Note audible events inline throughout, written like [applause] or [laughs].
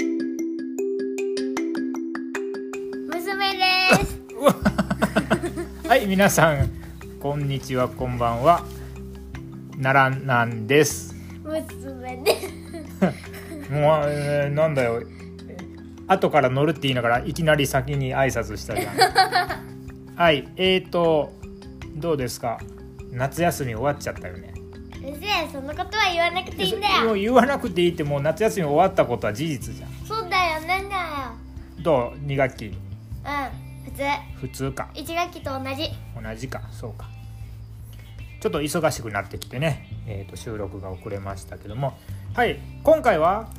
[laughs] はい皆さんこんにちはこんばんは奈良なんです娘ですもう、えーなんだよえ後から乗るって言いながらいきなり先に挨拶したじゃ [laughs] んはいえーとどうですか夏休み終わっちゃったよねうるせえそのことは言わなくていいんだもうよ言わなくていいってもう夏休み終わったことは事実じゃそうだよなんだよんどう2学期うん普通普通か一学期と同じ同じかそうかちょっと忙しくなってきてね、えー、と収録が遅れましたけどもはい今回は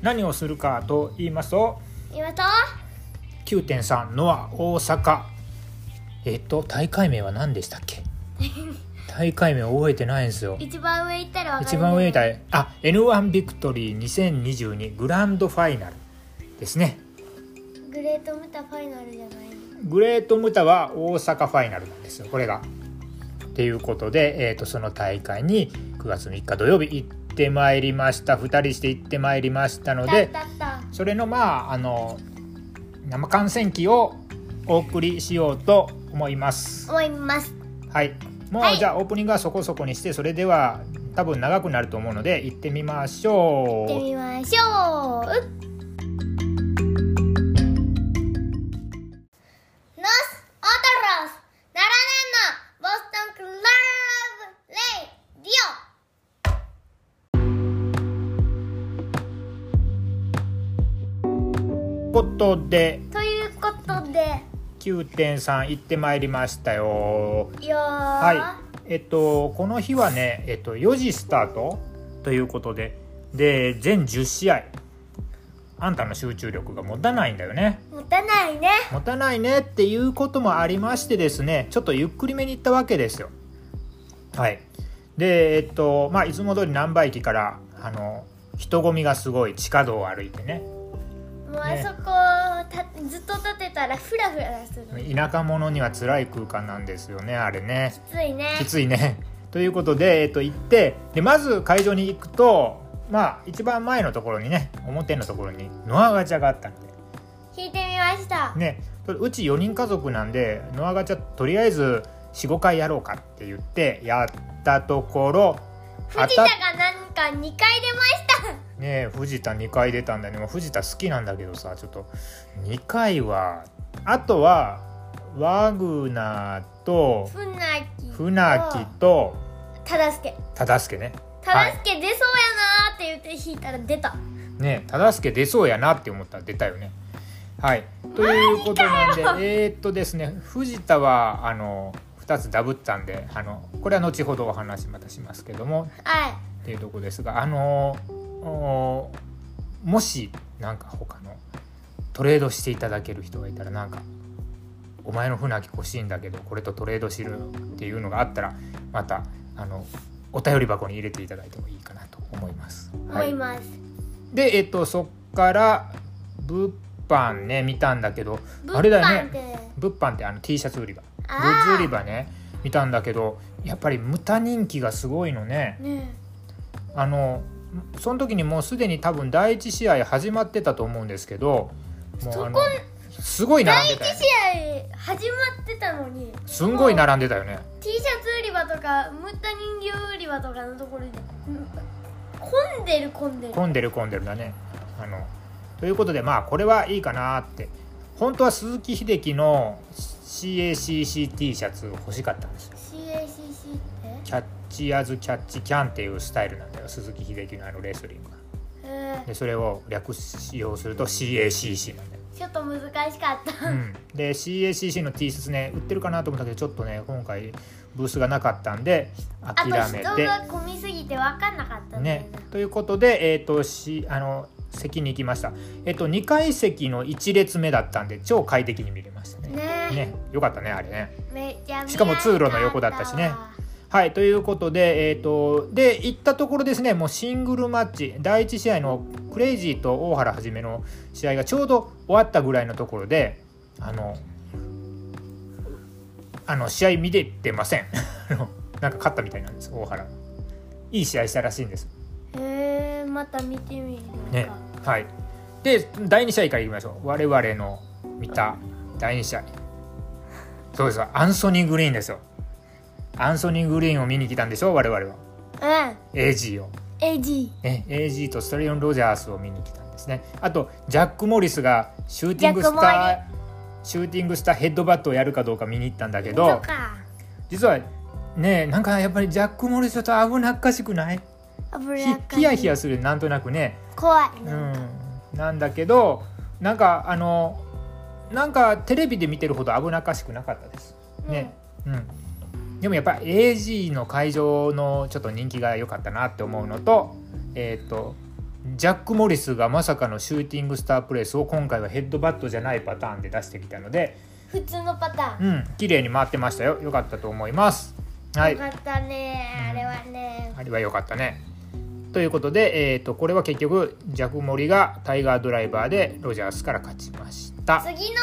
何をするかと言いますと今と9.3ノア大阪えっ、と大会名は何でしたっけ大会名覚えてないんですよ一番上行ったら分かる一番上みいたいあ N1 ビクトリー2022グランドファイナルですねグレートムタファイナルじゃないグレートムタは大阪ファイナルなんですよこれが。っていうことで、えー、とその大会に9月3日土曜日行ってまいりました2人して行ってまいりましたのでだったったそれのまああの生観戦記をお送りしようと思います。思いますはいもう、はいじゃあオープニングはそこそこにしてそれでは多分長くなると思うので行ってみまし行ょってう。みましょううっノスオトロス奈良年のボストンクラブレイディオということでということで9.3行ってまいりましたよ。よーはい、えっと、この日はね、えっと、4時スタートということで、で、全10試合、あんたの集中力が持たないんだよね。持たないね持たないねっていうこともありましてですね、ちょっとゆっくりめに行ったわけですよ。はい。で、えっと、まあ、いつも通り難波駅から、あの、人混みがすごい地下道を歩いてね、もうあねそこたずっと立ってたらフラフラするき田舎者には辛い空間なんですよね、あれね。ついねきついね。 [laughs] ということで、えっと、行ってでまず会場に行くとまあ一番前のところにね表のところにノアガチャがあったんで引いてみましたねうち4人家族なんでノアガチャとりあえず45回やろうかって言ってやったところ藤田たがなんか2回出ましたねえ藤田2回出たんだよねもう藤田好きなんだけどさちょっと2回はあとはワグナーと船木と船木と忠助忠助ね忠助出そうやなーって言って引いたら出たね忠助出そうやなって思ったら出たよね。はい、ということなんでえーっとですね藤田はあの2つダブったんであのこれは後ほどお話またしますけどもはいっていうとこですがあのおもしなんか他のトレードしていただける人がいたらなんか「お前の船木欲しいんだけどこれとトレードしる」っていうのがあったらまたあのお便り箱に入れていただいてもいいかなと思います。思います、で、えっと、そっから物販ね見たんだけどあれだよねね物販ってあの T シャツ売り場グあーッズ売り場ね見たんだけどやっぱり無駄人気がすごいのねねあのその時にもうすでに多分第一試合始まってたと思うんですけどもうあのそこすごい並んでた第よ1ね試合始まってたのにすんごい並んでたよね T シャツ売り場とかムッタ人形売り場とかのところでうん混んでる混んでる混んでる混んでるだねあのということでまあこれはいいかなって本当は鈴木秀樹の CACCT シャツ欲しかったんですよ CACC ってキャッチアズキャッチキャンっていうスタイルなんだよ鈴木秀樹のあのレスリングがえでそれを略使用すると CACC なんだよ、ーちょっと難しかったうん、で CACC の T シャツね売ってるかなと思ったけどちょっとね今回ブースがなかったんであ諦とめ人てが混みすぎて分かんなかったんだよねということでえっ、としあの席に行きましたえっ、と2階席の1列目だったんで超快適に見れましたねねねよかったねあれねめっちゃ見やすかったわしかも通路の横だったしねはいということで、えー、とで行ったところですねもうシングルマッチ第1試合のクレイジーと大原はじめの試合がちょうど終わったぐらいのところであのあの試合見れてません [laughs] あのなんか勝ったみたいなんです大原いい試合したらしいんですへえまた見てみるねはいで第2試合からいきましょう我々の見た第2試合そうですよアンソニー・グリーンですよアンソニー・グリーンを見に来たんでしょ我々はうん。 AG を、 AG。ね、AG とストレイオン・ロジャースを見に来たんですねあとジャック・モリスがシューティングスタジャッーシューティングスターヘッドバットをやるかどうか見に行ったんだけそうどか。実はねなんかやっぱりジャック・モリスちょっと危なっかしくない油ひかきヒヤヒヤするなんとなくね怖い。うん、なんだけどなんかあのなんかテレビで見てるほど危なっかしくなかったですね、うんでもやっぱ AG の会場のちょっと人気が良かったなって思うのとえっ、とジャック・モリスがまさかのシューティングスタープレスを今回はヘッドバットじゃないパターンで出してきたので普通のパターン。うん綺麗に回ってましたよ良かったと思いますはいよかったね。あうんれはね。あれは良かったね。ということで、えー、とこれは結局ジャクモリがタイガードライバーでロジャースから勝ちました。次の。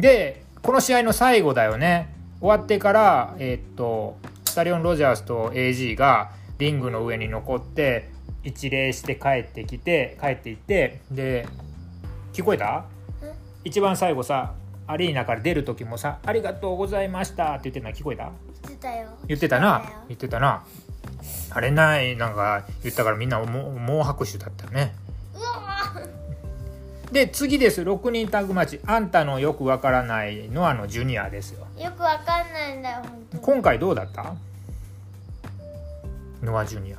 でこの試合の最後だよね終わってから、えー、とスタリオン・ロジャースと AG がリングの上に残って一礼して帰ってきて帰っていってで聞こえたえ一番最後さアリーナから出る時もさ「ありがとうございました」って言ってるの聞こえた言ってたよ。言ってたな言ってたなあれないなんか言ったからみんなもう猛拍手だったねうわー。で次です6人タッグマッチあんたのよくわからないノアのジュニアですよよくわかんないんだよ。本当に今回どうだったノアジュニア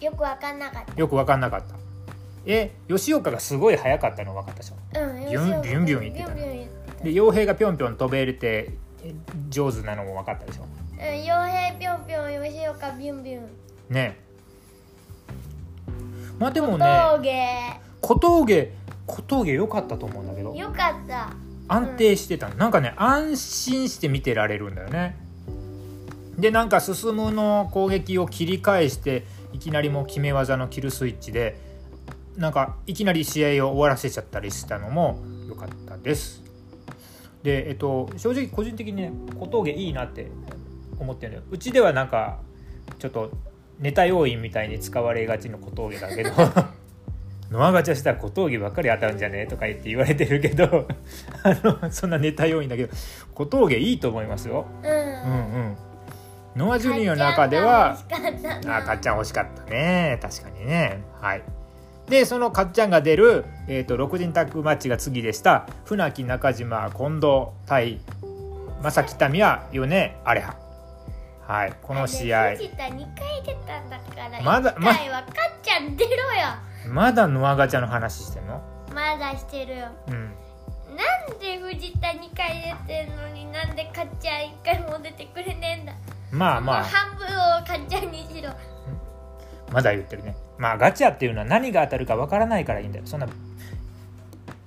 よくわかんなかっよくわかんなかったえ吉岡がすごい速かったの分かったでしょた。うん。ビュンよくわかんビュンビュン言ってたビュンビュン言ってたで傭兵がぴょんぴょん飛べれてえ上手なのも分かったでしょうん、傭兵ぴょんぴょん、吉岡びゅんびゅん。ねまあでもね道芸。小峠小峠良かったと思うんだけどよかった。安定してたのなんかね安心して見てられるんだよねでなんか進むの攻撃を切り返していきなりもう決め技のキルスイッチでなんかいきなり試合を終わらせちゃったりしたのも良かったですでえっと正直個人的にね小峠いいなって思ってるのようちではなんかちょっとネタ要員みたいに使われがちの小峠だけど [laughs] ノアガチャしたら小峠ばっかり当たるんじゃねえとか言って言われてるけどあのそんなネタ要員だけど小峠いいと思いますよ。うん。うんうん、ノアジュニアのかっ中ではちゃんが欲しかったなあかっちゃん欲しかったね確かにねはいでそのかっちゃんが出る、えー、と6人タッグマッチが次でした船木中島近藤対正木民也米アレハはいこの試あ合れ藤田2回出たんだからまだ1回はかっちゃん出ろよまだノアガチャの話してんのまだしてるようんなんで藤田2回出てんのになんでかっちゃん1回も出てくれねえんだまもあうまあ半分をかっちゃんにしろまだ言ってるねまあガチャっていうのは何が当たるかわからないからいいんだよそんな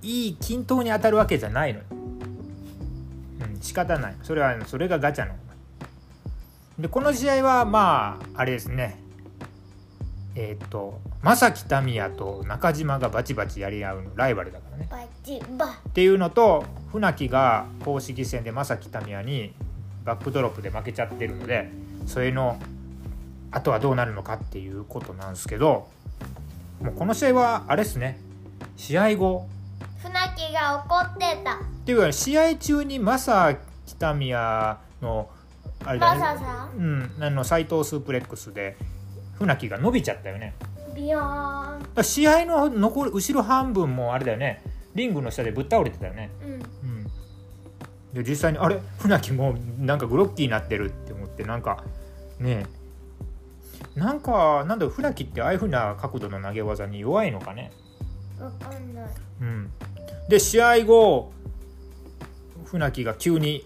いい均等に当たるわけじゃないのようん仕方ないそれはそれがガチャのでこの試合はまああれですねえーっ、と正木民也と中島がバチバチやり合うのライバルだからねバチバっていうのと船木が公式戦で正木民也にバックドロップで負けちゃってるのでそれのあとはどうなるのかっていうことなんですけどもうこの試合はあれですね試合後船木が怒ってたっていうか試合中に正木民也のあれマだサねさんうんあの斎藤スープレックスで船木が伸びちゃったよねビヨーンだから試合の残り後ろ半分もあれだよねリングの下でぶっ倒れてたよねうんうん、で実際にあれ船木もうなんかグロッキーになってるって思ってなんかねえなんかなんだろう船木ってああいうふうな角度の投げ技に弱いのかね、わかんないうん、で試合後船木が急に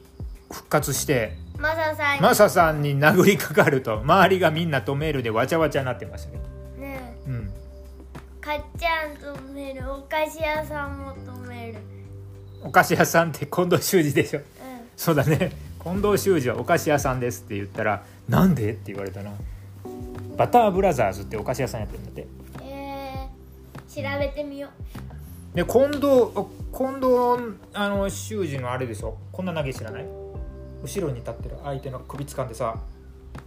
復活してマサさんマサさんに殴りかかると周りがみんな止めるでわちゃわちゃになってましたけど、ねうん、えかっちゃん止めるお菓子屋さんも止めるお菓子屋さんって近藤修二でしょうんそうだね近藤修二はお菓子屋さんですって言ったら「なんで?」って言われたなバターブラザーズってお菓子屋さんやってるんだってえー、調べてみよで近藤近藤あの修二のあれでしょこんな投げ知らない後ろに立ってる相手の首掴んでさ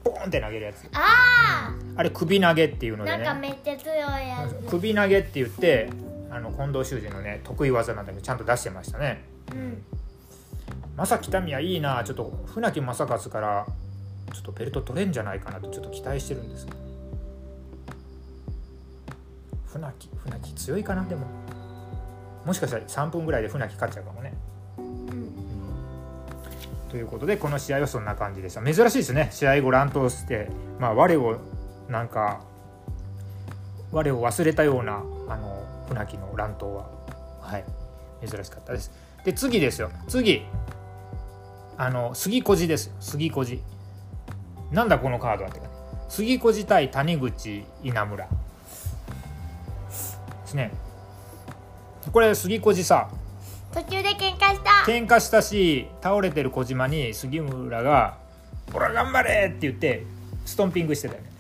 ボーンって投げるやつうああれ首投げっていうあのでなんかねめっちゃ強いやつ首投げって言ってあの近藤修二のね得意技なんだけどちゃんと出してましたねうん正木民はいいなちょっと船木正和からちょっとベルト取れんじゃないかなとちょっと期待してるんですけど船木船木強いかなでももしかしたら3分ぐらいで船木勝っちゃうかもねうんということでこの試合はそんな感じでした珍しいですね試合ご覧通して、まあ、我をなんか我を忘れたようなあの船木の乱闘は、はい、珍しかったですで次ですよ次あの杉小路ですよ杉小路なんだこのカードはってかね杉小路対谷口稲村ですねこれ杉小路さ途中で喧嘩した喧嘩したし倒れてる小島に杉村が「ほら頑張れ!」って言ってストンピングしてたよね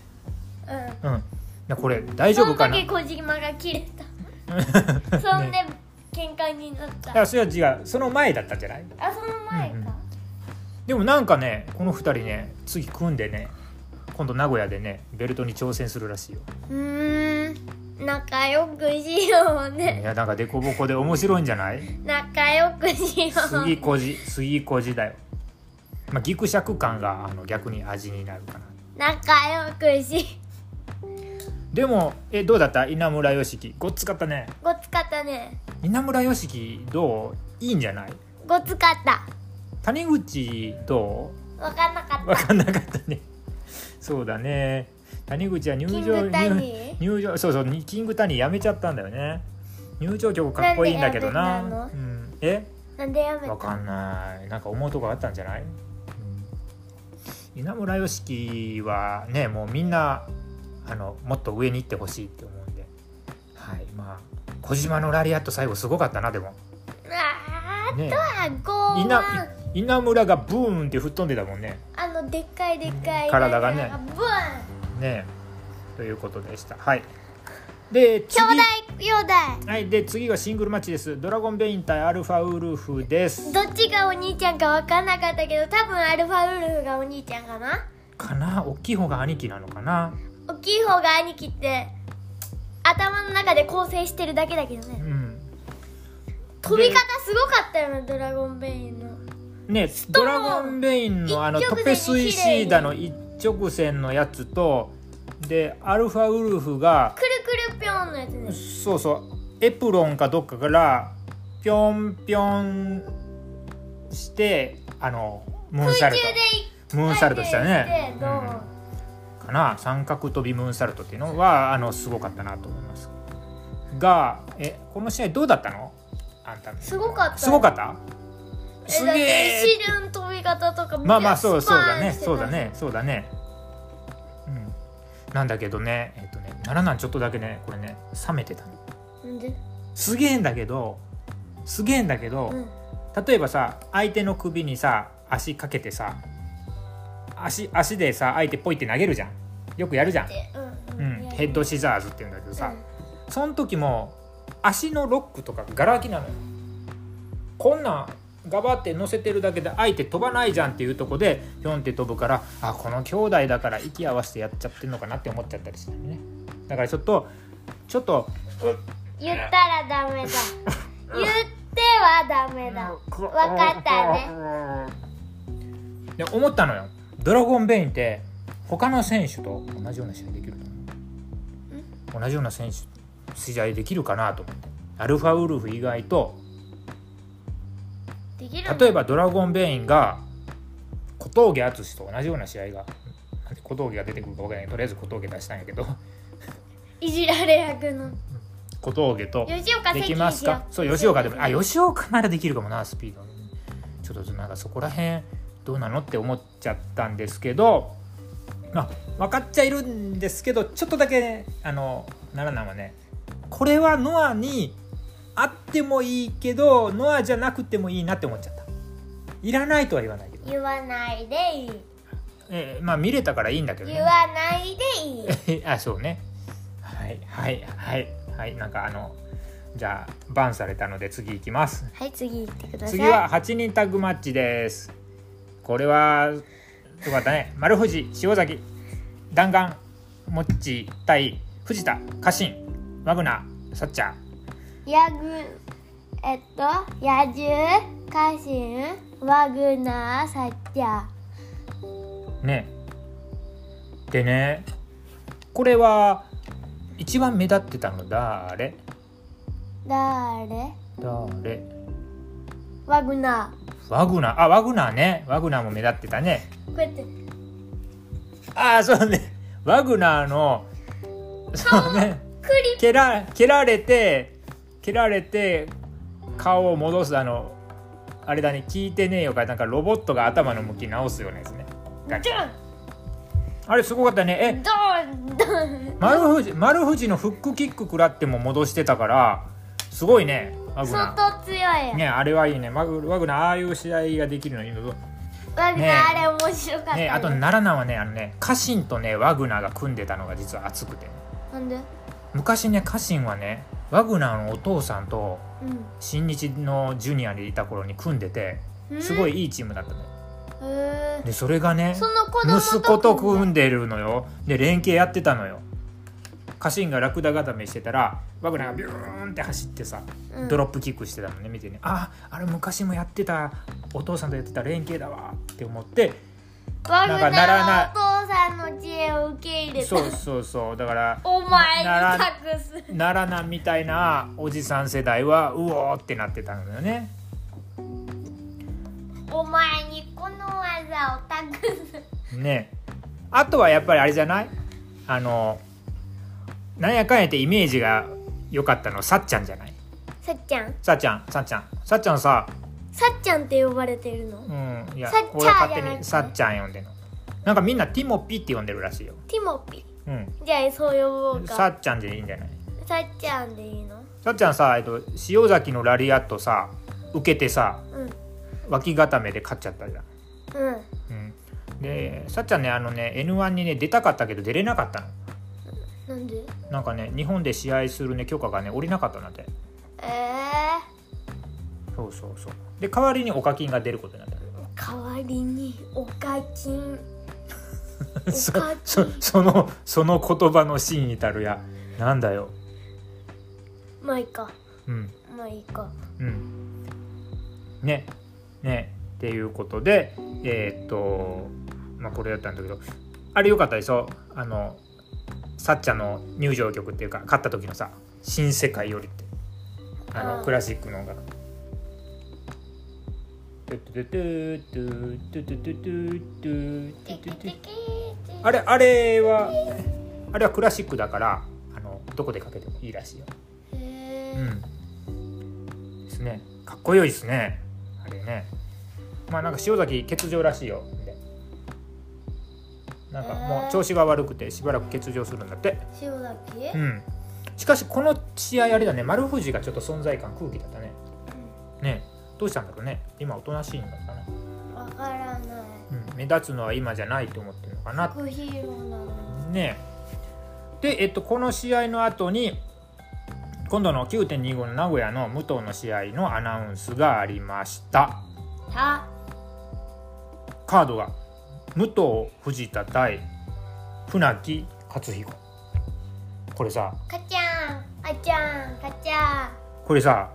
うんうんなこれ大丈夫かなその時小島が切れ [laughs] たそんで喧嘩になっいた、やそれは違うその前だったんじゃないあその前か、うんうんでもなんかねこの2人ね次組んでね今度名古屋でねベルトに挑戦するらしいようーん仲良くしよういねやなんか凸凹で面白いんじゃない仲良くしよう杉小路杉小路だよまあギクシャク感があの逆に味になるかな仲良くしでもえどうだった稲村良樹ごっつかったねごつかったね稲村良樹どういいんじゃないごつかった谷口どわかんなかうっ分かんなかったね [laughs] そうだね谷口は入キン場グタニ入入場そうそうにキングタニーやめちゃったんだよね入場曲かっこいいんだけどななんでやめうん、えたなんでやめ分たかんないなんか思うとこあったんじゃない、うん、稲村良樹はねもうみんなあのもっと上に行ってほしいって思うんではいまあ小島のラリアット最後すごかったなでもあねあゴー稲マン稲村がブーンって吹っ飛んでたもんねあのでっかいでっかい体がねブーンねえということでしたはいで兄次弟兄弟はいで次がシングルマッチですドラゴンベイン対アルファウルフですどっちがお兄ちゃんか分かんなかったけど多分アルファウルフがお兄ちゃんかなかな大きい方が兄貴なのかな大きい方が兄貴って頭の中で構成してるだけだけどうねん飛び方すごかったよねドラゴンベインのねトドーンラゴンベインのあの一直ト線にペスイシーダの一直線のやつとでアルファウルフがくるくるぴょんのやつねそうそうエプロンかどっかからぴょんぴょんしてあのムーンサ空中ルでト一ムーンサルトしたよ回ね転して。どううんかな三角跳びムーンサルトっていうのはあのすごかったなと思いますがえこの試合どうだったのあんたのすごかったすごかったすげえだえって一輪飛び方とかまあまあそうスパそうーンだねしてたそうだねそうだねうんなんだけどねえっとね奈良なんちょっとだけねこれね冷めてたのなんですげえんだけどすげえんだけど、うん例えばさ相手の首にさ足かけてさ足足でさ相手ポイって投げるじゃんよくやるじゃん、でううんうんん、やるヘッドシザーズって言うんだけどさ、うその時も足のロックとかガラ空きなのよこんなんガバって乗せてるだけで相手飛ばないじゃんっていうとこでピョンって飛ぶからあこの兄弟だから息合わせてやっちゃってるのかなって思っちゃったりしたのねだからちょっとちょっとん言ったらダメだ言ってはダメだ分わかったねで思ったのよドラゴンベインって他の選手と同じような試合できると思う同じような選手試合できるかなと思ってアルファウルフ以外とできるの例えばドラゴンベインが小峠淳と同じような試合がなんで小峠が出てくるか分からないけどとりあえず小峠出したんやけどいじられ役の小峠と吉岡で関きますかいじそうら吉岡でもあ吉岡ならできるかもなスピードちょっとなんかそこら辺どうなのって思っちゃったんですけどまあ分かっちゃいるんですけどちょっとだけねあの奈良南はねこれはノアにあってもいいけどノアじゃなくてもいいなって思っちゃったいらないとは言わないけど、言わないでいいえーまあ見れたからいいんだけどね言わないでいいあそうねはいはいはいはいなんかあのじゃあバンされたので次行きますはい次行ってください次は8人タッグマッチですこれはよかったね丸藤塩崎弾丸モッチ対藤田家臣ワグナーサッチャーヤグえっと野獣家臣ワグナーサッチャーねでねこれは一番目立ってたの誰誰誰ワグナワグナーあワグナーねワグナーも目立ってたねーこうやってああそうねワグナーのそうねクリ蹴ら蹴られて蹴られて顔を戻すあのあれだね聞いてねえよかなんかロボットが頭の向き直すようなやつねガッチドャンあれすごかったねドンドンえ丸藤丸藤のフックキック食らっても戻してたからすごいねワグ相ナ当強いよ、ーねあれはいいねワグワグナーああいう試合ができるのいいのどワグナー、ねえあれ面白かったねあとな奈良菜はねあのね家臣とねワグナーが組んでたのが実は熱くてんで昔ね家臣はねワグナーのお父さんとう新日のジュニアでいた頃に組んでてんすごいいいいチームだったのよへえでそれがねその子供息子と組んんでるのよで連携やってたのよ家臣がラクダ固めしてたらワグナーがビューンって走ってさだうんドロップキックしてたのね見てねああれ昔もやってたお父さんとやってた連携だわって思ってワグなんかならなナーのお父さんの知恵を受け入れたそうそうそうだからお前ならに託す奈良菜みたいなおじさん世代はうおーってなってたのよねお前にこの技を託すねあとはやっぱりあれじゃないあのなんやかんやってイメージが良かったのさっちゃんじゃないさっちゃんさっちゃんさっちゃんさっちゃんささっちゃんって呼ばれてるのうんいやさっちゃん俺は勝じゃな手くてにさっちゃん呼んでるのなんかみんなティモピーって呼んでるらしいよティモピうんじゃあそう呼ぼうかささっちゃんでいいんじゃないっちゃんでいいのさっちゃんさ、えっと、塩崎のラリアットさ受けてさうん脇固めで勝っちゃったじゃんうんうんでさっちゃんねあのね N1 にね出たかったけど出れなかったのなんでなんかね日本で試合するね許可がね下りなかったんだってええそうそうそうで代わりにオカキンが出ることになったんだけー、代わりにお課金どオそカキンそそのその言葉の真意たるやなんだよまあいいかうんまあいいかうんねねっていうことでえーっとまあこれだったんだけどあれよかったでしょあのさっちゃんの入場曲っていうか勝った時のさ「新世界より」ってああーのクラシックの音楽。トゥトゥトゥトゥトゥトゥトゥトゥトゥトゥトゥトゥあれあれはあれはクラシックだからあのどこでかけてもいいらしいよ。へえうんですねかっこよいですねあれねまあなんか塩崎欠場らしいよでなんかもう調子が悪くてしばらく欠場するんだって塩崎、ううんんしかしこの試合あれだね丸藤がちょっと存在感空気だったねねどうしたんだろうね今おとなしいんだったな、わからないうん、目立つのは今じゃないと思ってるのかなコーヒーローなのねで、えっと、この試合の後に今度の9.25の名古屋の武藤の試合のアナウンスがありましたたカードが武藤藤田対船木勝彦これさかちゃんあちゃんかちゃんこれさ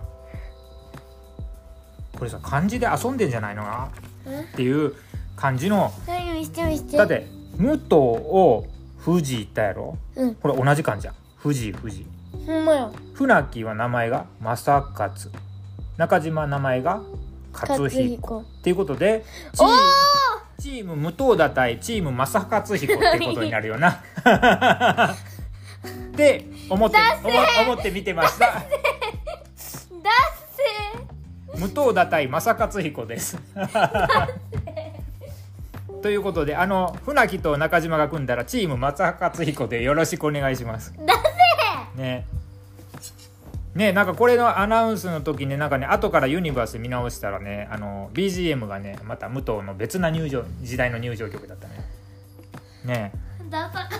これさ漢字で遊んでんじゃないのかなっていう感じの何見して見してだって武藤を藤田やろうんこれ同じ漢字やん藤藤ほんまよ船木は名前が正勝中島名前が勝彦彦っていうことでチームチーム無党打対チーム正勝彦っていうことになるよな。 [laughs] で思って思思って見てましただっ無党打対正勝彦です。ということであの船木と中島が組んだらチーム正勝彦でよろしくお願いします。せだせねねなんかこれのアナウンスの時ねなんかね後からユニバース見直したらねあの BGM がねまた武藤の別な入場時代の入場曲だったねねダサかっ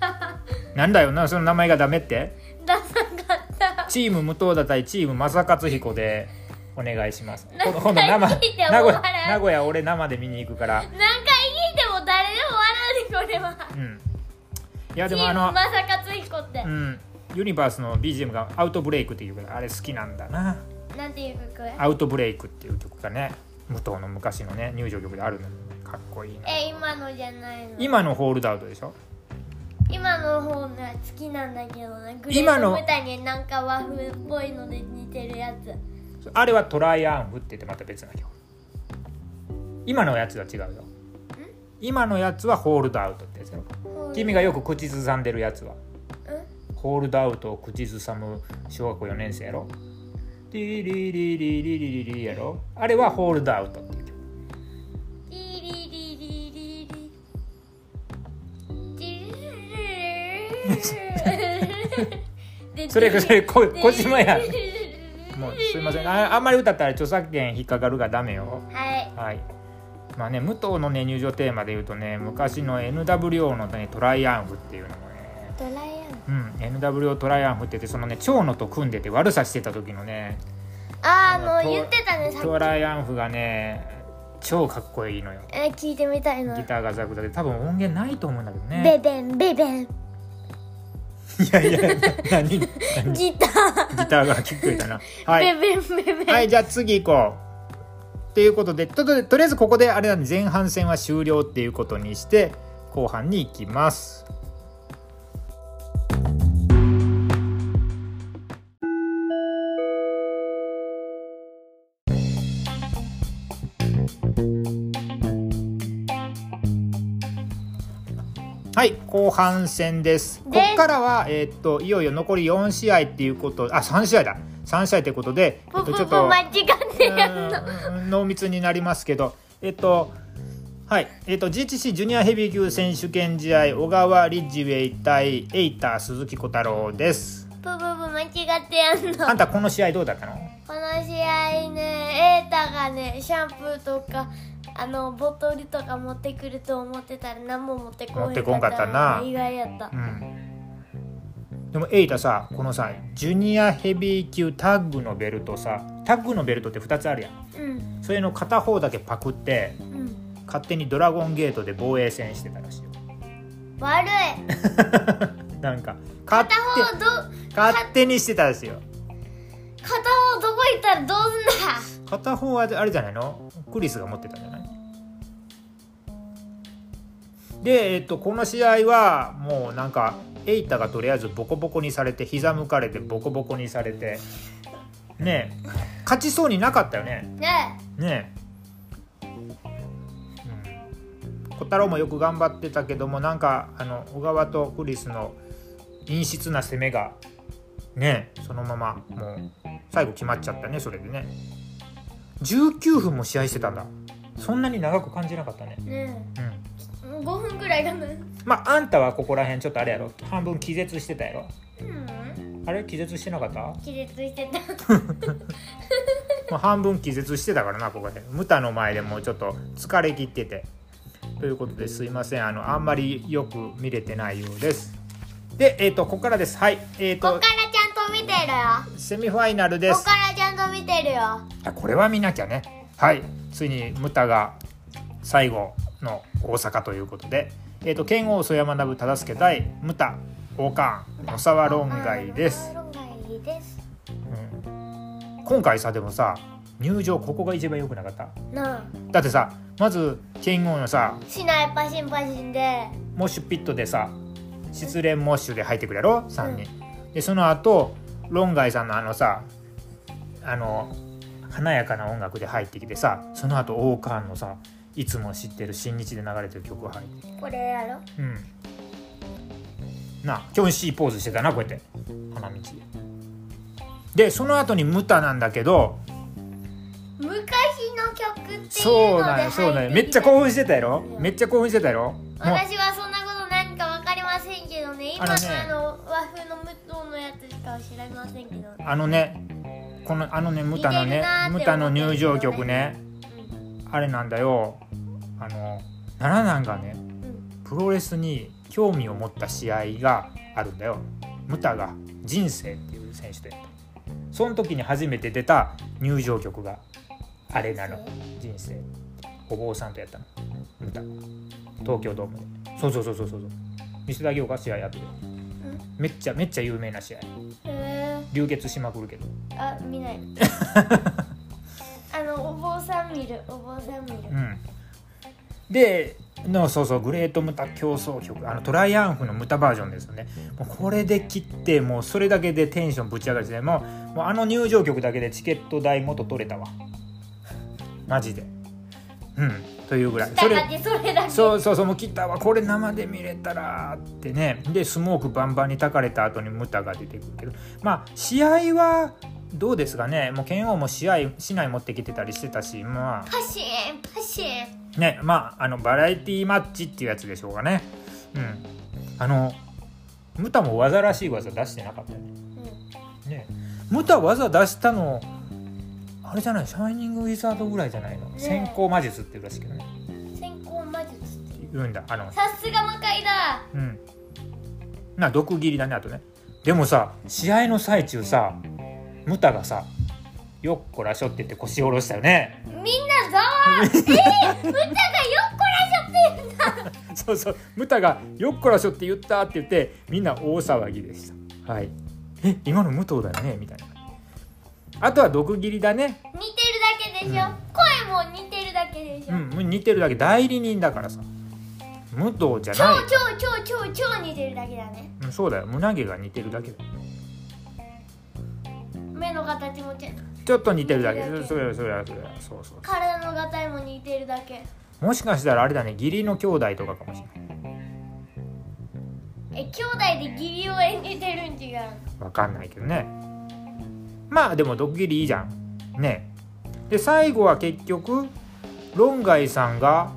たえなんだよなその名前がダメってダサかったチーム武藤だ対チーム正勝彦でお願いします今度今度何生回聞いても名古屋笑う名古屋俺生で見に行くから何回聞いても誰でも笑うでこれはうんいやチでーもあのムまさかつ彦ってうんユニバースの BGM が「アウトブレイク」っていうからあれ好きなんだなうなんていう曲アウトブレイクっていう曲がね武藤の昔のね入場曲であるのかっこいいなえ今のじゃないの今のホールドアウトでしょ今の方が好きなんだけどねグレ今ーのの豚になんか和風っぽいので似てるやつあれはトライアンフって言ってまた別な曲今のやつは違うよ今のやつはホールドアウトってやつよ君がよく口ずさんでるやつはホールドアウトを口ずさむ小学校4年生やろリリリリリリリリリやろあれはホールドアウトっていう曲リリリリリリリリリリそれそれこ小島やリリリリもうすいませんああんまり歌ったら著作権引っかかるがダメよはいはいまあね武藤のね入場テーマで言うとね昔の NWO のねトライアンフっていうのもねドライアうん、NWO トライアンフって言ってそのね蝶野と組んでて悪さしてた時のねンあああのの言ってたねさっトきライアンフがね超かっこいいのよえー聞いてみたいなギターがザクザクで多分音源ないと思うんだけどベねベンベベン [laughs] いやいや何ギギターターが聞こえたなはベい、ベンベベンはい、じゃあ次行こうということでとととりあえずここであれなんで前半戦は終了っていうことにして後半に行きますはい後半戦ですこですこからは、えーっといよいよ残り4試合っていうことあ3試合だ3試合ということで、えポっと、ポちょっポと間違ってやんのうんうんうん濃密になりますけどえっとはいえっと GHC ジュニアヘビー級選手権試合小川リッジウェイ対エイター鈴木小太郎 [laughs] ですポポポ間違ってやんのあんたこの試合どうだったのこの試合ねエータがねシャンプーとかあのボトルとか持ってくると思ってたら何も持ってこ持ってこんかったな意外やったうんでもエイタさこのさジュニアヘビー級タッグのベルトさタッグのベルトって2つあるやんうんそれの片方だけパクってうん勝手にドラゴンゲートで防衛戦してたらしいよ悪いなんか勝片手方ど勝手にしてたらしいよ片方どこ行ったらどうすんだ片方はあれじゃないのクリスが持ってたんじゃないで、えっと、この試合はもうなんかエイタがとりあえずボコボコにされて膝向かれてボコボコにされてねえ勝ちそうになかったよねねねえ、うん、小太郎もよく頑張ってたけどもなんかあの小川とクリスの陰湿な攻めがねえそのままもう最後決まっちゃったねそれでね19分も試合してたんだそんなに長く感じなかったねえねうんえ5分くらいかなうまああんたはここら辺ちょっとあれやろ半分気絶してたやろんあれ気絶してなかった気絶して [laughs] たまあ、半分気絶してたからなここでムタの前でもうちょっと疲れ切っててということですいませんあのあんまりよく見れてないようですでえっ、とここからですはいえっ、こっとからちゃんと見てるセミファイナルでよこっすからちゃんと見てるよあこれは見なきゃねはいついにムタが最後の大阪ということでえっ、と剣王曽山学忠助対ムタ王冠野沢論外です、論外ですうん、今回さでもさ入場ここが一番良くなかったなあだってさまず剣王のさしないパシンパシンでモッシュピットでさ失恋モッシュで入ってくるやろ3人、でその後ロンガイさんのあのさあの華やかな音楽で入ってきてさその後王冠のさいつも知ってる新日で流れてる曲が入ってこれやろうんなあキョンシーポーズしてたなこうやって花道ででその後にムタなんだけど昔の曲っていうのでそうだよそうだよめっちゃ興奮してたやろうんめっちゃ興奮してたやろもう私はそんなこと何か分かりませんけどね今のああのねの和風の武藤のやつしか知らませんけど、あのねこのあのねムタの似てるねなーって思ってムタの入場曲ねあれなんだよあの奈良南がねうんうん、プロレスに興味を持った試合があるんだよムタが人生っていう選手とやったその時に初めて出た入場曲があれなの人生お坊さんとやったのムタ東京ドームでそうそうそうそうそうそう見せてあげようか試合やってうんめっちゃめっちゃ有名な試合へ流血しまくるけどえあ見 [laughs] ないあのお坊さん見るお坊さん見うるんでのそうそうグレートムタ競争曲あのトライアンフのムタバージョンですよねもうこれで切ってもうそれだけでテンションぶち上がるしねもうもうあの入場曲だけでチケット代元取れたわマジでうんというぐらいだからねそれだけそうそうそうもう来たわこれ生で見れたらってねでスモークバンバンにたかれた後にムタが出てくるけどまあ試合はどうですかねもう剣王も試合市内持ってきてたりしてたしまパシーンパシーンあねまああのバラエティマッチっていうやつでしょうかねうんあのムタも技らしい技出してなかったよねうんねムタ技出したのあれじゃないシャイニングウィザードぐらいじゃないの、え先行魔術っていうらしいけどね先行魔術っていう言うんだあのさすが魔界だうんな毒斬りだねあとねでもさ試合の最中さムタがさ「よっこらしょ」って言って腰下ろしたよねみんなざ [laughs] わえー、歌がよっこらしょって言うんだ [laughs] そうそうムタが「よっこらしょ」って言ったって言ってみんな大騒ぎでしたはいえ今の武藤だよねみたいなあとは毒斬りだね似てるだけでしょ、声も似てるだけでしょ、うん似てるだけ代理人だからさ武藤じゃ超ない超超超超似てるだけだねうんそうだよ胸毛が似てるだけだよ目の形もちゃちょっと似てるだけ似てるだけそうやそうやそうやそうそう体の形も似てるだけもしかしたらあれだね義理の兄弟とかかもしれないえ兄弟で義理を演じてるん違うわかんないけどねまあでも毒斬りいいじゃんねで最後は結局ロンガイさんが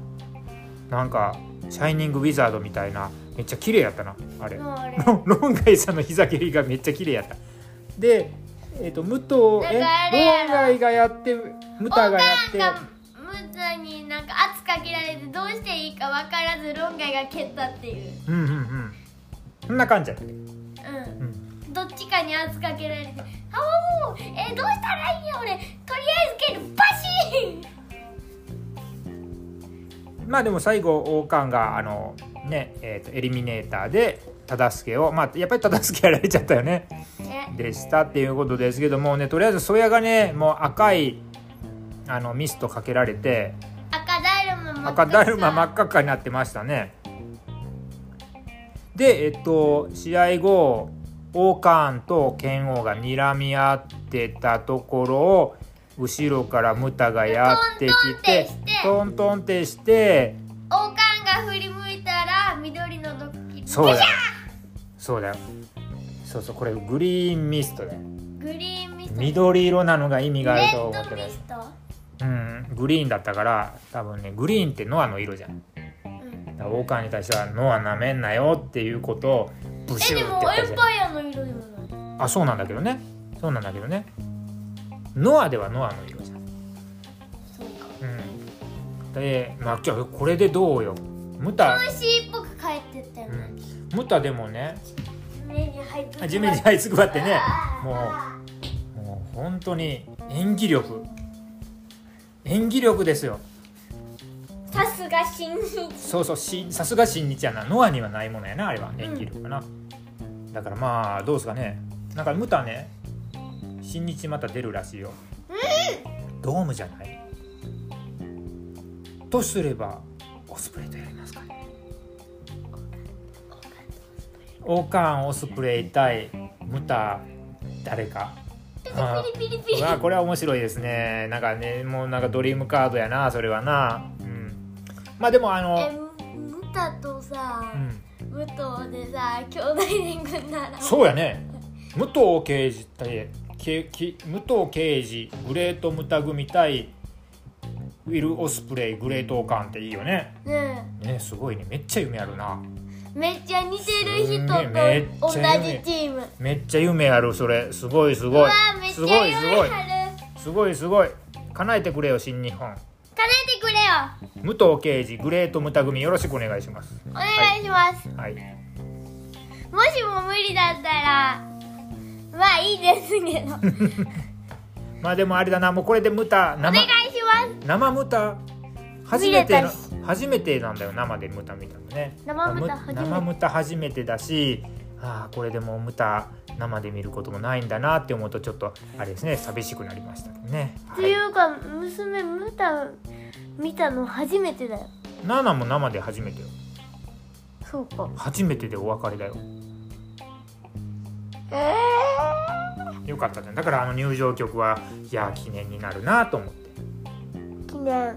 なんかシャイニングウィザードみたいなめっちゃ綺麗やったなあれのあれロンロンガイさんの膝蹴りがめっちゃ綺麗やったでえっ、と武藤えなんかあれやろロンガイがやってムタがやってなんかムタになんか圧かけられてどうしていいか分からず論外が蹴ったっていううんうんうんそんな感じやったけどううんんどっちかに圧かけられて「あおうえどうしたらいいよ俺とりあえず蹴るバシーン!」まあでも最後王冠があのねえーとエリミネーターで忠助をまあやっぱり忠助やられちゃったよねえでしたっていうことですけどもねとりあえずソヤがねもう赤いあのミストかけられて赤だるま真っ赤赤だるま真っか赤っかになってましたねでえっと試合後王冠と剣王が睨み合ってたところを後ろからムタがやってきてトントンってして王冠が振り向いたら緑のドッキリそうだよそうだよそうそうこれグリーンミストだよグリーンミストレ緑色なのが意味があると思ッってドなミいスト、うんグリーンだったから多分ねグリーンってノアの色じゃんうん、だからウォーカーに対してはノアなめんなよっていうことをブシえュでーってもやったエンじゃんパイアの色でもないあそうなんだけどねそうなんだけどねノアではノアの色じゃんそうかうんでまあじゃあこれでどうよムタ本心っぽく帰ってったようね、んムタでもね目に入って地面に這いつくばってねあーもうもう本当に演技力演技力ですよさすが新日そうそうしさすが新日やなノアにはないものやなあれは演技力かな、だからまあどうですかねなんかムタね新日また出るらしいよ、ドームじゃないとすればオスプレイとやりますかね王冠オスプレイ対ムタ誰かあーピリピリピリうわこれは面白いですねなんかねもうなんかドリームカードやなそれはなうんまあでもあの、えムタとさ、うん、武藤でさ兄弟連軍ならそうやね武藤刑事対けき武藤刑事グレートムタ組対ウィル・オスプレイグレート・オカンっていいよねねねすごいねめっちゃ夢あるなめっちゃ似てる人とすんげえめっ同ちゃじチームめっちゃ夢あるそれすごいすうごわいめっちすゃご夢いすごいあるすごいすごい叶えてくれよ新日本叶えてくれよ武藤刑事グレートムタ組よろしくお願いしますお願いします、はいもしも無理だったらまあいいですけ [laughs] どお願いしまあでもあれだなもうこれでムタ生ます生ムタ初めての見れたし初めてなんだよ生でムタ見たのね生ムタ初めて生ムタ初めてだしああこれでもうムタ生で見ることもないんだなって思うとちょっとあれですね寂しくなりましたけどね。っはていうか娘ムタ見たの初めてだよナナも生で初めてよそうか初めてでお別れだよええよかったねだからあの入場曲はいや記念になるなと思って記念イ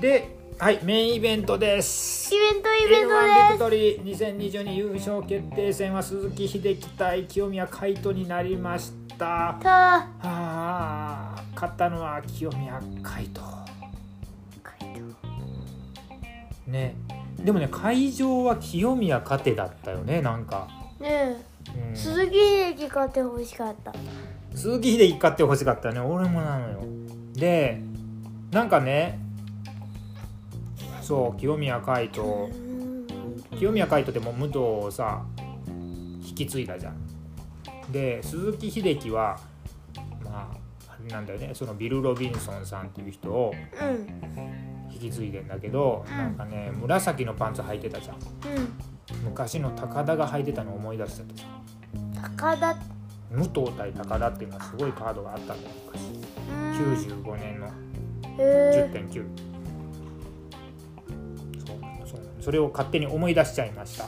ではいメインイベントですベントイベントですトですビクトリー2022優勝決定戦は鈴木秀樹対清宮海斗になりましたたあー勝ったのは清宮海斗ねでもね会場は清宮勝てだったよねなんか、ねうえん鈴木秀樹買ってほしかった鈴木秀樹買ってほしかったね俺もなのよでなんかねそう清宮海斗清宮海斗でも武藤をさ引き継いだじゃんで鈴木秀樹はまああれなんだよねそのビル・ロビンソンさんっていう人をうんうん引き継いでんだけど、うんなんかね紫のパンツ履いてたじゃん昔の高田が履いてたの思い出しちゃったじゃん高田武藤対高田っていうのはすごいカードがあったんだよ昔うん95年のへえ10.9そうなのそうなのそれを勝手に思い出しちゃいました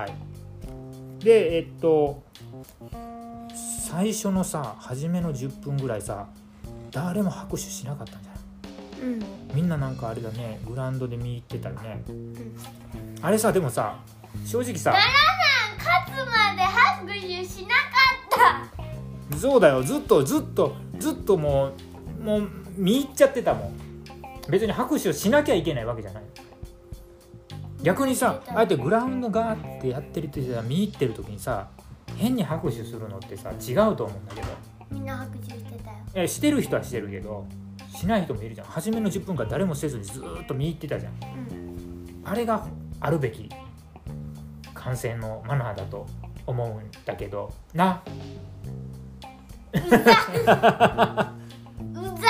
はいでえっと最初のさ初めの10分ぐらいさ誰も拍手しなかったんじゃないうんみんななんかあれだねグラウンドで見入ってたよねうんあれさでもさ正直さ勝つまで拍手しなかっそうだよずっとずっとずっともうもう見入っちゃってたもん別に拍手をしなきゃいけないわけじゃない逆にさあえてグラウンドがあってやってるってさ見入ってる時にさ変に拍手するのってさ違うと思うんだけどたみんな拍手してたよえしてる人はしてるけどしない人もいるじゃん初めの10分間誰もせずにずーっと見入ってたじゃんうんあれがあるべき感染のマナーだと思うんだけどなうざいうざい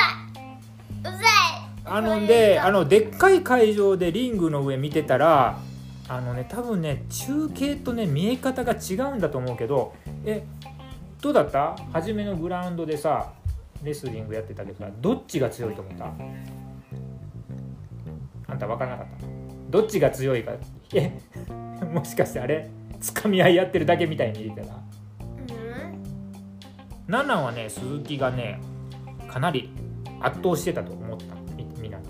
あのであのでっかい会場でリングの上見てたらあのね多分ね中継とね見え方が違うんだと思うけどえどうだった初めのグラウンドでさレスリングやってたけどさどっちが強いと思ったあんた分からなかったどっちが強いかえ [laughs] もしかしてあれつかみ合いやってるだけみたいに見えてたうなんナナはね鈴木がねかなり圧倒してたと思ったみみんなが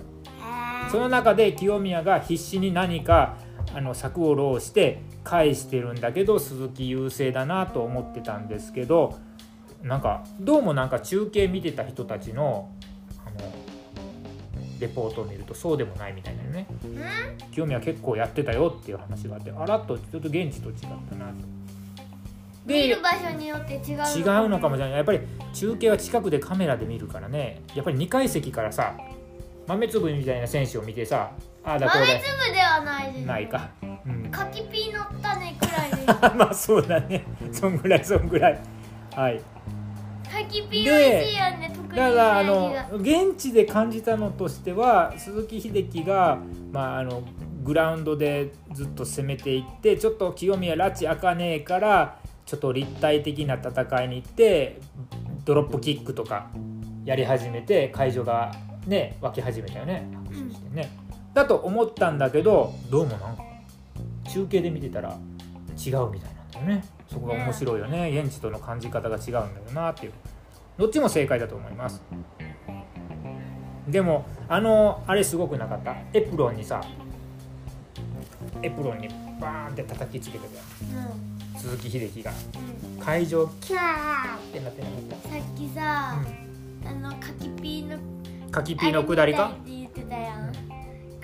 えその中で清宮が必死に何かあの策を浪して返してるんだけど鈴木優勢だなと思ってたんですけどなんかどうもなんか中継見てた人たちのあのレポートを見るとそうでもないみたいなのね清宮結構やってたよっていう話があってあらっとちょっと現地と違ったなと。見る場所によって違う違うのかもしれないやっぱり中継は近くでカメラで見るからねやっぱり2階席からさ豆粒みたいな選手を見てさああだこう豆だ粒ではないですないか、うん、 [laughs] 柿ピーの種くらいですまあそうだねそんぐらいそんぐらいはい柿ピー美味しいよね特にだからあ味のが現地で感じたのとしては鈴木秀樹が、まあ、あのグラウンドでずっと攻めていってちょっと清宮拉致あかねえからちょっと立体的な戦いに行ってドロップキックとかやり始めて会場がね沸き始めたよね拍手してね、だと思ったんだけどどうもなんか中継で見てたら違うみたいなんだよねそこが面白いよね現地との感じ方が違うんだよなっていうどっちも正解だと思いますでもあのあれすごくなかったエプロンにさエプロンにバーンって叩きつけてたようん鈴木秀樹がうん会場っキャーさてなってなかっっきた、さうあの柿ピーのん、カキピーの下りかあれみたいって言ってたやん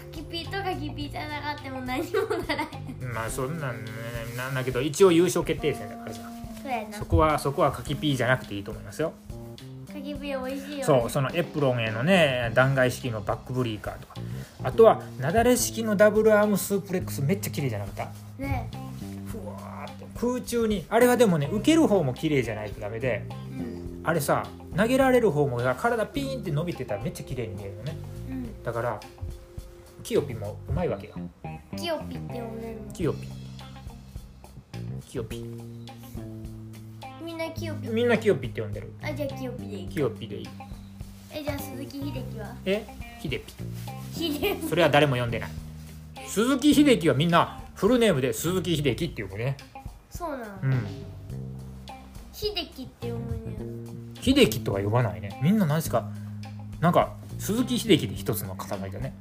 柿ピーと柿ピーじゃなかっても何もならないまあそんなんねなんだけど一応優勝決定戦だからさそうやなそこはそこはカキピーじゃなくていいと思いますよ柿ピー美味しいよねそうそのエプロンへのね弾劾式のバックブリーカーとかあとは雪崩式のダブルアームスープレックスめっちゃ綺麗じゃなかったねふわーって空中にあれはでもね受ける方も綺麗じゃないとダメでうんあれさ投げられる方もさ体ピーンって伸びてたらめっちゃ綺麗に見えるよねうんだからキヨピもうまいわけよキヨピって呼んでるのキヨピキヨピみんなキヨピみんなキヨピって呼んでるあじゃあキヨピでいいキヨピでいいえじゃあ鈴木秀樹はえヒデピ秀樹それは誰も呼んでない鈴木秀樹はみんなフルネームで鈴木秀樹って呼ぶねそうなのうん秀樹って読むんや秀樹とは呼ばないねみんな何ですかなんか鈴木秀樹で一つの塊だね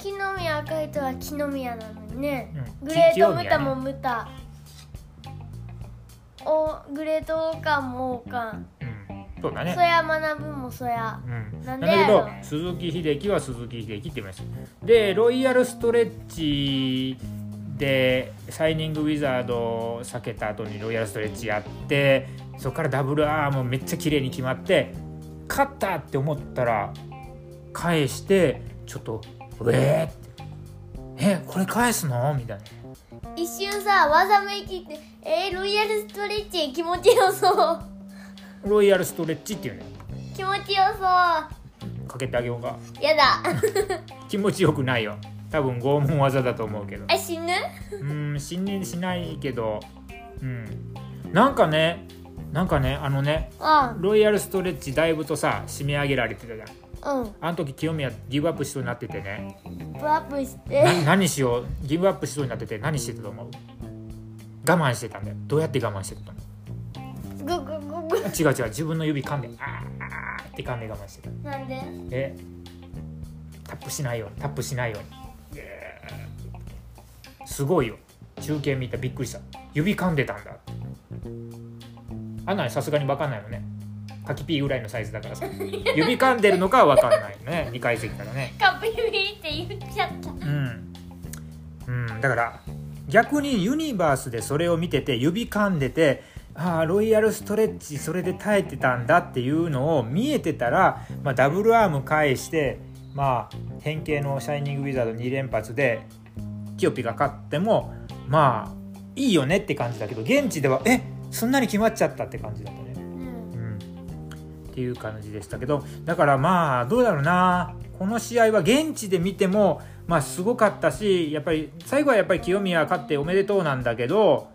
木の実赤いとは木の実やなのにねうんグレー木のト実やねムタもムタおグレート王冠も王冠うん、うん、そうだねそや学ぶもそやうん、ななんんでだやけろど鈴木秀樹は鈴木秀樹って言いますでロイヤルストレッチでサイニングウィザードを避けた後にロイヤルストレッチやってそこからダブルアーもめっちゃ綺麗に決まって勝ったって思ったら返してちょっと「ウえーって「えこれ返すの?」みたいな一瞬さ技めきってえー、ロイヤルストレッチ気持ちよそうロイヤルストレッチっていうね気持ちよそうかけてあげようかやだ [laughs] 気持ちよくないよ多分拷問技だと思うけどあ死ぬうん信任しないけどうんなんかねなんかねあのねうんロイヤルストレッチだいぶとさ締め上げられてたじゃんうんあの時清宮ギブアップしそうになっててねプアップしてな何しようギブアップしそうになってて何してたと思う我慢してたんだよどうやって我慢してたと思うググググ違う違う自分の指噛んであーあーって噛んで我慢してたなんでえタップしないようにタップしないようにえーすごいよ中継見たびっくりした指噛んでたんだあんなにさすがに分かんないよねカキピーぐらいのサイズだからさ指噛んでるのかは分かんないよね2階席からねカピピって言っちゃったうんうんだから逆にユニバースでそれを見てて指噛んでてああロイヤルストレッチそれで耐えてたんだっていうのを見えてたら、まあ、ダブルアーム返して、まあ、変形のシャイニングウィザード2連発でキヨピが勝ってもまあいいよねって感じだけど現地ではえそんなに決まっちゃったって感じだったね。うんうんっていう感じでしたけどだからまあどうだろうなこの試合は現地で見てもまあすごかったしやっぱり最後はやっぱり清宮勝っておめでとうなんだけど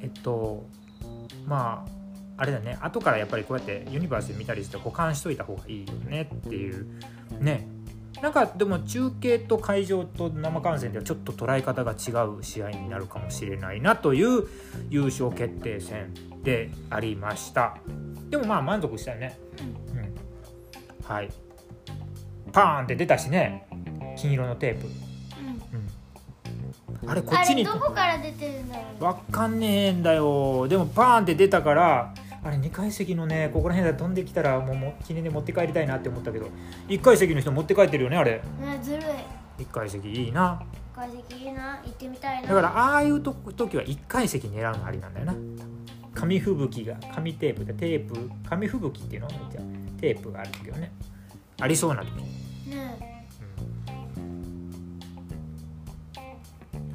えっとまああれだね後からやっぱりこうやってユニバースで見たりして保管しといた方がいいよねっていうねなんかでも中継と会場と生観戦ではちょっと捉え方が違う試合になるかもしれないなという優勝決定戦でありましたでもまあ満足したよね、うん、はいパーンって出たしね金色のテープ、うん、あれこあっちれにどこから出てるんだろうねわかんねえんだよでもパーンって出たからあれ2階席のねここら辺で飛んできたらもうも記念で持って帰りたいなって思ったけど1階席の人持って帰ってるよねあれねずるい1階席いいな解析いいな行ってみたいなだからああいうとこ時は1階席狙うのありなんだよな紙吹雪が紙テープでテープ紙吹雪っていうのじゃあテープがある時はねありそうな時、ね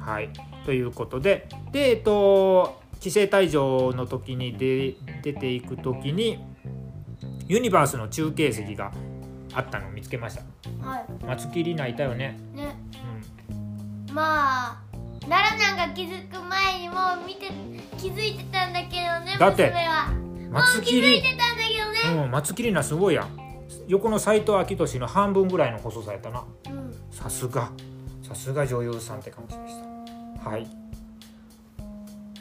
うんはいということででえっと規制退場の時にで出ていく時にユニバースの中継席があったのを見つけましたは松木里奈いたよね、いねうん、まあ奈良ちゃんが気づく前にもう見て気づいてたんだけどねだって娘はも松う気木づい里てたんだけうん、松切りなすごいやん横の斎藤昭俊の半分ぐらいの細さやったなどねさすがさすが女優さんって感じでしたはい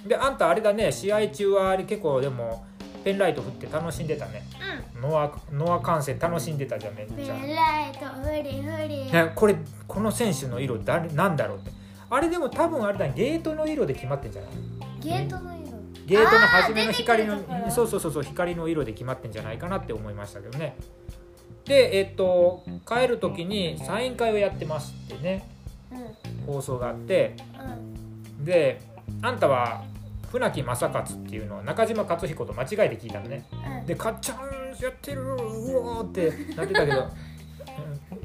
であんたあれだね試合中はあれ結構でもペンライト振って楽しんでたねうノアノア観戦楽しんでたじゃんめっんうんちゃ、ペンライトフリフリ、ね、これこの選手の色誰なんだろうってあれでも多分あれだねゲートの色で決まってんじゃないゲートの色ゲートの初めの光あー出てくるとこのろそうそうそうそう光の色で決まってんじゃないかなって思いましたけどねでえっと帰る時にサイン会をやってますってねうん放送があってうんであんたは船木正勝っていうのを中島勝彦と間違えて聞いたのねで「かっちゃんやってるうおー」ってなってたけど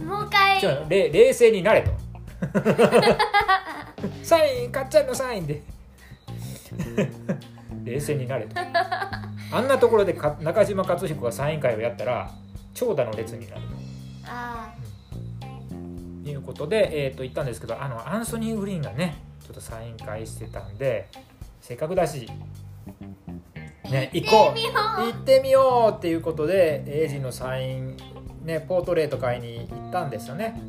うんもう一回ちょれ冷静になれと [laughs] サインかっちゃんのサインで冷静になれとあんなところでか中島克彦がサイン会をやったら長蛇の列になるあということで、えー、と言ったんですけどあのアンソニー・グリーンがねちょっとサイン会してたんでせっかくだしね行行ここうう行ってみようっていうことでエイジのサイン、ね、ポートレート買いに行ったんですよね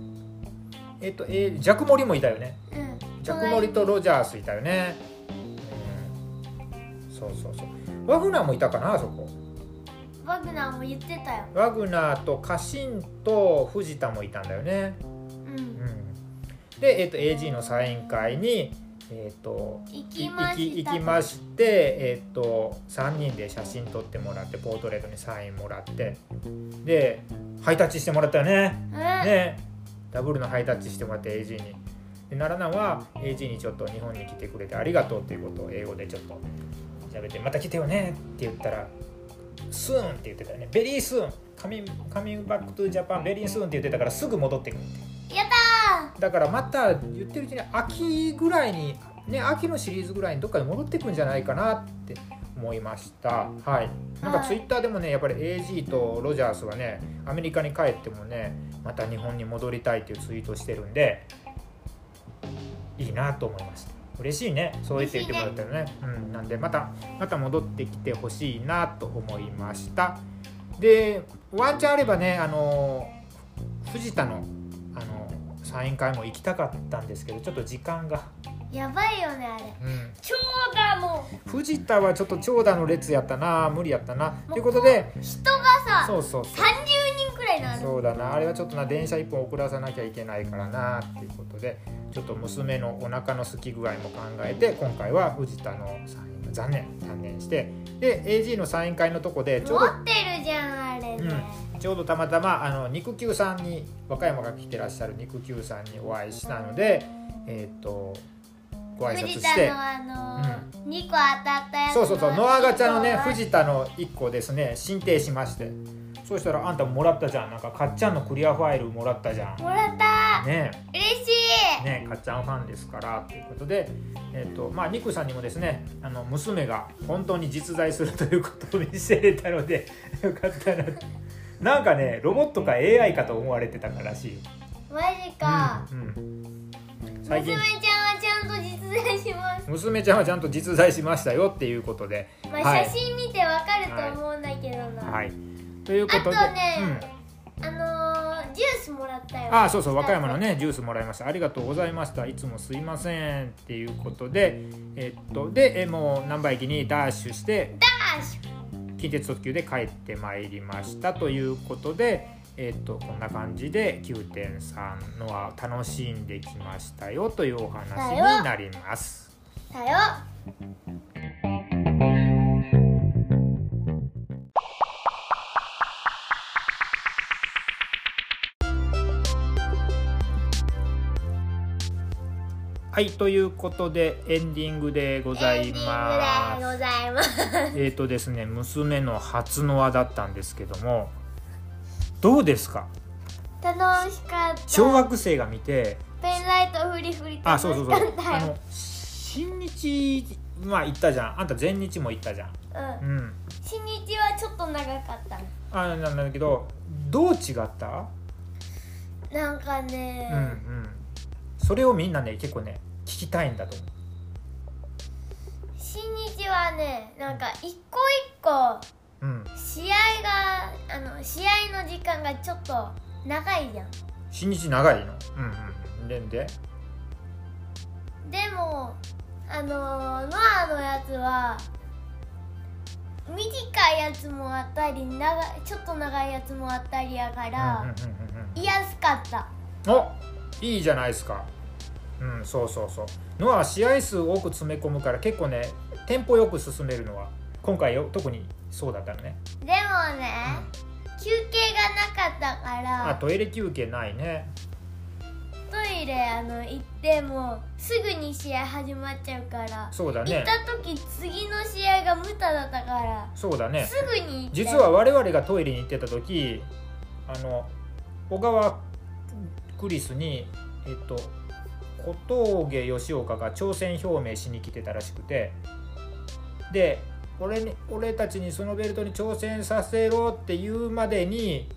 えっと、えージャクモリもいたよねうんジャクモリとロジャースいたよね、うん、そうそうそうワグナーもいたかなあそこバグナーも言ってたよワグナーと家臣と藤田もいたんだよね、うんうん、で、えっと AG のサイン会に、えっと行いきま行しきた行きまして、えっと3人で写真撮ってもらってポートレートにサインもらってでハイタッチしてもらったよねうんねダブルのハイタッチしてもらって AG に。で奈良菜は AG にちょっと日本に来てくれてありがとうっていうことを英語でちょっと喋って「また来てよね」って言ったら「スーン」って言ってたよね「ベリースーン」「カミングバックトゥジャパンベリースーン」って言ってたからすぐ戻ってくるってやっただからまた言ってるうちに秋ぐらいにね秋のシリーズぐらいにどっかに戻ってくんじゃないかなって思いましたはいなんかはいツイッターでもねやっぱり AG とロジャースはねアメリカに帰ってもねまた日本に戻りたいっていうツイートしてるんでいいなと思いました嬉しいねそう言って言ってもらったらねうんなんでまたまた戻ってきてほしいなと思いましたでワンチャンあればねあの藤田のあのサイン会も行きたかったんですけどちょっと時間が、ーやばいよねあれうん、超だもん藤田はちょっと長蛇の列やったな無理やったなということで人がさそうそうそう30人くらいなのそうだなあれはちょっとな電車1本遅らさなきゃいけないからなっていうことでちょっと娘のお腹の空き具合も考えて今回は藤田のサインが残念断念してで AG のサイン会のとこでちょう持どってるじゃんあれね、ちょうどたまたまあの肉球さんに和歌山が来てらっしゃる肉球さんにお会いしたのでえっ、とご挨拶藤し田てのあのー2個当たったやつそうそうそうノアガチャのね藤藤田の1個ですね進呈しましてそうしたらあんたもらったじゃんなんかかっちゃんのクリアファイルもらったじゃんもらったね嬉しえねえかっちゃんファンですからということでえっ、とまあ肉さんにもですねあの娘が本当に実在するということを見せれたので [laughs] よかったななんかねロボットか AI かと思われてたからしいよいマジか、うんうん、最娘ち近ゃんはちゃんと実在し [laughs] ます、娘ちゃんはちゃんと実在しましたよっていうことでまはあ、い写真見てわかると思うんだけどな、はいということであとねあのー、ジュースもらったうんよああそうそう和歌山のねジュースもらいましたありがとうございましたいつもすいませんっていうことでえっとでえもう何倍機にダッシュしてあし近鉄特急で帰ってまいりましたということで、えっとこんな感じで9.3のは楽しんできましたよというお話になります。だよはい、ということでエンディングでごございエンディングでごます。ざいますえっ、とですね、娘の初の輪だったんですけども、どうですか楽しかった小学生が見て、ペンライトフリフリあ、そうそう楽そうし、かったあよの新日まあ行ったじゃん。あんた前日も行ったじゃん。うんうん。新日はちょっと長かったあなんだけど、どう違った？なんかうねん、うん。それをみんなね結構ね聞きたいんだと思う。新日はねなんか一個一個うん。試合があの試合の時間がちょっと長いじゃん新日長いの。うんうん。でんで。でもあのノアのやつは短いやつもあったり長いちょっと長いやつもあったりやかうんうんうんら、うんうん。いやすかったおいいじゃないですかうんそうそうそうノアは試合数を多く詰め込むから結構ねテンポよく進めるのは今回よ特にそうだったのねでもね休憩がなかったかあらトイレ休憩ないねトイレあの行ってもすぐに試合始まっちゃうから、そうだ行っねた時次の試合が無駄だったからそうだねすぐに行ったよ実は我々がトイレに行ってた時あの小川クリスにえっと小峠吉岡が挑戦表明しに来てたらしくてで俺に俺たちにそのベルトに挑戦させろって言うまでに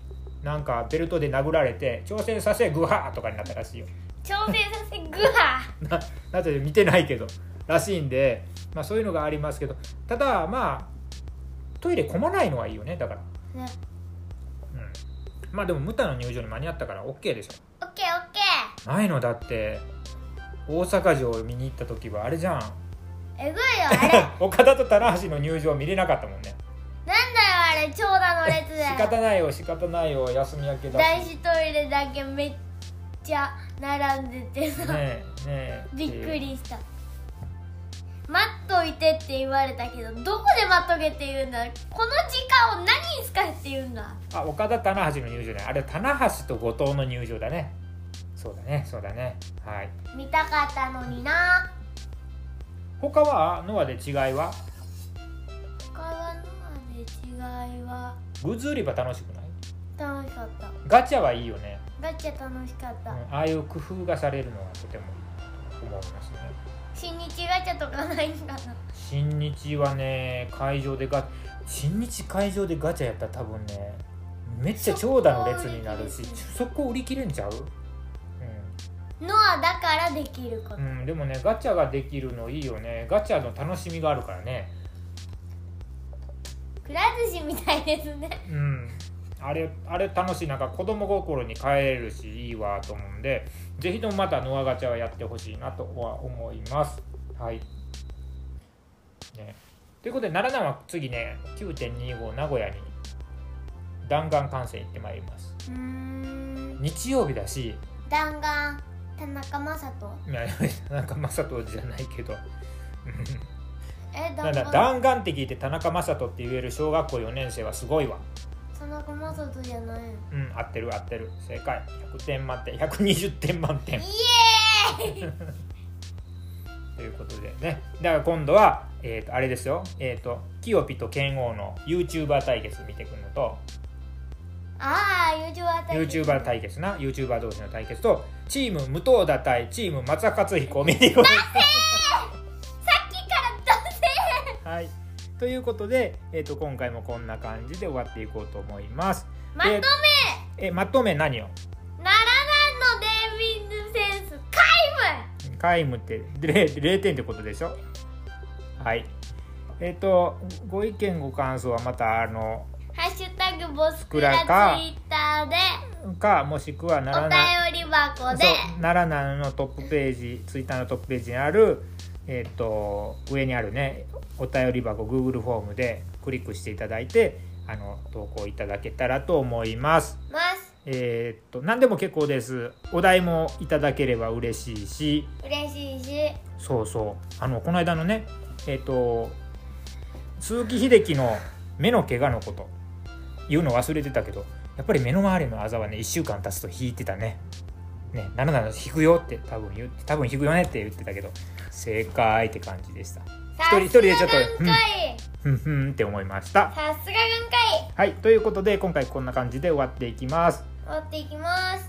なんかベルトで殴られて挑戦させグハーとかになったらしいよ挑戦させググハななぜ見てないけどらしいんで、まあ、そういうのがありますけどただまあトイレ混まないのはいいよねだから、 [laughs] ねうん、まあでもムタの入場に間に合ったから OK でしょオッケーオッケー前のだって大阪城を見に行った時はあれじゃんえぐいよあ [laughs] れ岡田と棚橋の入場見れなかったもんねなんだよあれ長蛇の列で仕方ないよ仕方ないよ休み明けだし男子トイレだけめっちゃ並んでてさ、ねえねえびっくりした待っといてって言われたけどどこで待っとけって言うんだこの時間を何に使えって言うんだあ岡田棚橋の入場ねあれ棚橋と後藤の入場だねそうだねそうだねはい見たかったのにな他はノアで違いは他はのまで違いはグッズ売り場楽しくない楽しかったガチャはいいよね、ガチャ楽しかっうた、んああいう工夫がされるのはとても思いますね新日ガチャとかないんかな新日はね会場でガ新日会場でガチャやったら多分ねめっちゃ長蛇の列になるしそこ売り切れんちゃう、ノアだからできること、うんうん、でもねガチャができるのいいよねガチャの楽しみがあるからねくら寿司みたいですねうん、あれあれ楽しいなんか子供心に帰れるしいいわと思うんでぜひともまたノアガチャはやってほしいなとは思います。はいね、ということで奈良南は次ね9.25名古屋に弾丸観戦行ってまいります。うーん日曜日だし [laughs] 弾丸田中雅人いやいや田中正人じゃないけど。 [laughs] うんえな弾んだ丸弾丸って聞いて田中正人って言える小学校4年生はすごいわ。田中雅人じゃないのうん、合ってる合ってる正解100点満点120点満点イエということでねだから今度は、えー、とあれですよえっ、とキヨピと剣王の YouTuber 対決見てくるのとーイああ YouTuber 対決 YouTuber 対決な YouTuber 同士の対決とチーム無党田対チーム松田克彦を見てくだささっきから男性い、 [laughs] はい、ということで、えー、と今回もこんな感じで終わっていこうと思いますまとめでえまとめ何を奈良南のネーミングセンス皆皆無って0 0点ってことでしょはいえっ、とご意見ご感想はまたあの無ハッシュタグボスククラかラツイッターでかもしくはならなお便り箱でそう奈良なのトップページツイッターのトップページにあるえっ、と上にあるねお便り箱 Google フォームでクリックしていただいてあの投稿いただけたらと思いますますえっ、と何でも結構ですお題もいただければ嬉しいし嬉しいしそうそうあのこの間のねえっ、と鈴木秀樹の目の怪我のこと言うの忘れてたけどやっぱり目の周りのあざはね1週間経つと引いてたね。ね、ならなら引くよって多分言う多分引くよねって言ってたけど正解って感じでしたさ人一人でちょっすとが南海ふんふんって思いましたさすが南海はいということで今回こんな感じで終わっていきます持っていきます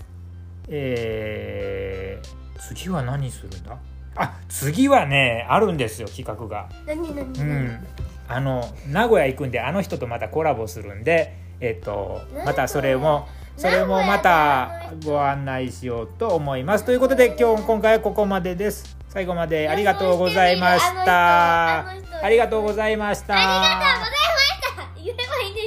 えー、次は何するんだあ次はねあるんですよ企画が何何う何ん、あの名古屋行くんであの人とまたコラボするんで、えっとまたそれもそれもまたご案内しようと思いますということで今日今回はここまでです最後までありがとうございましあたの人あの人ありがとうございましたありがとうございました言えばいいんです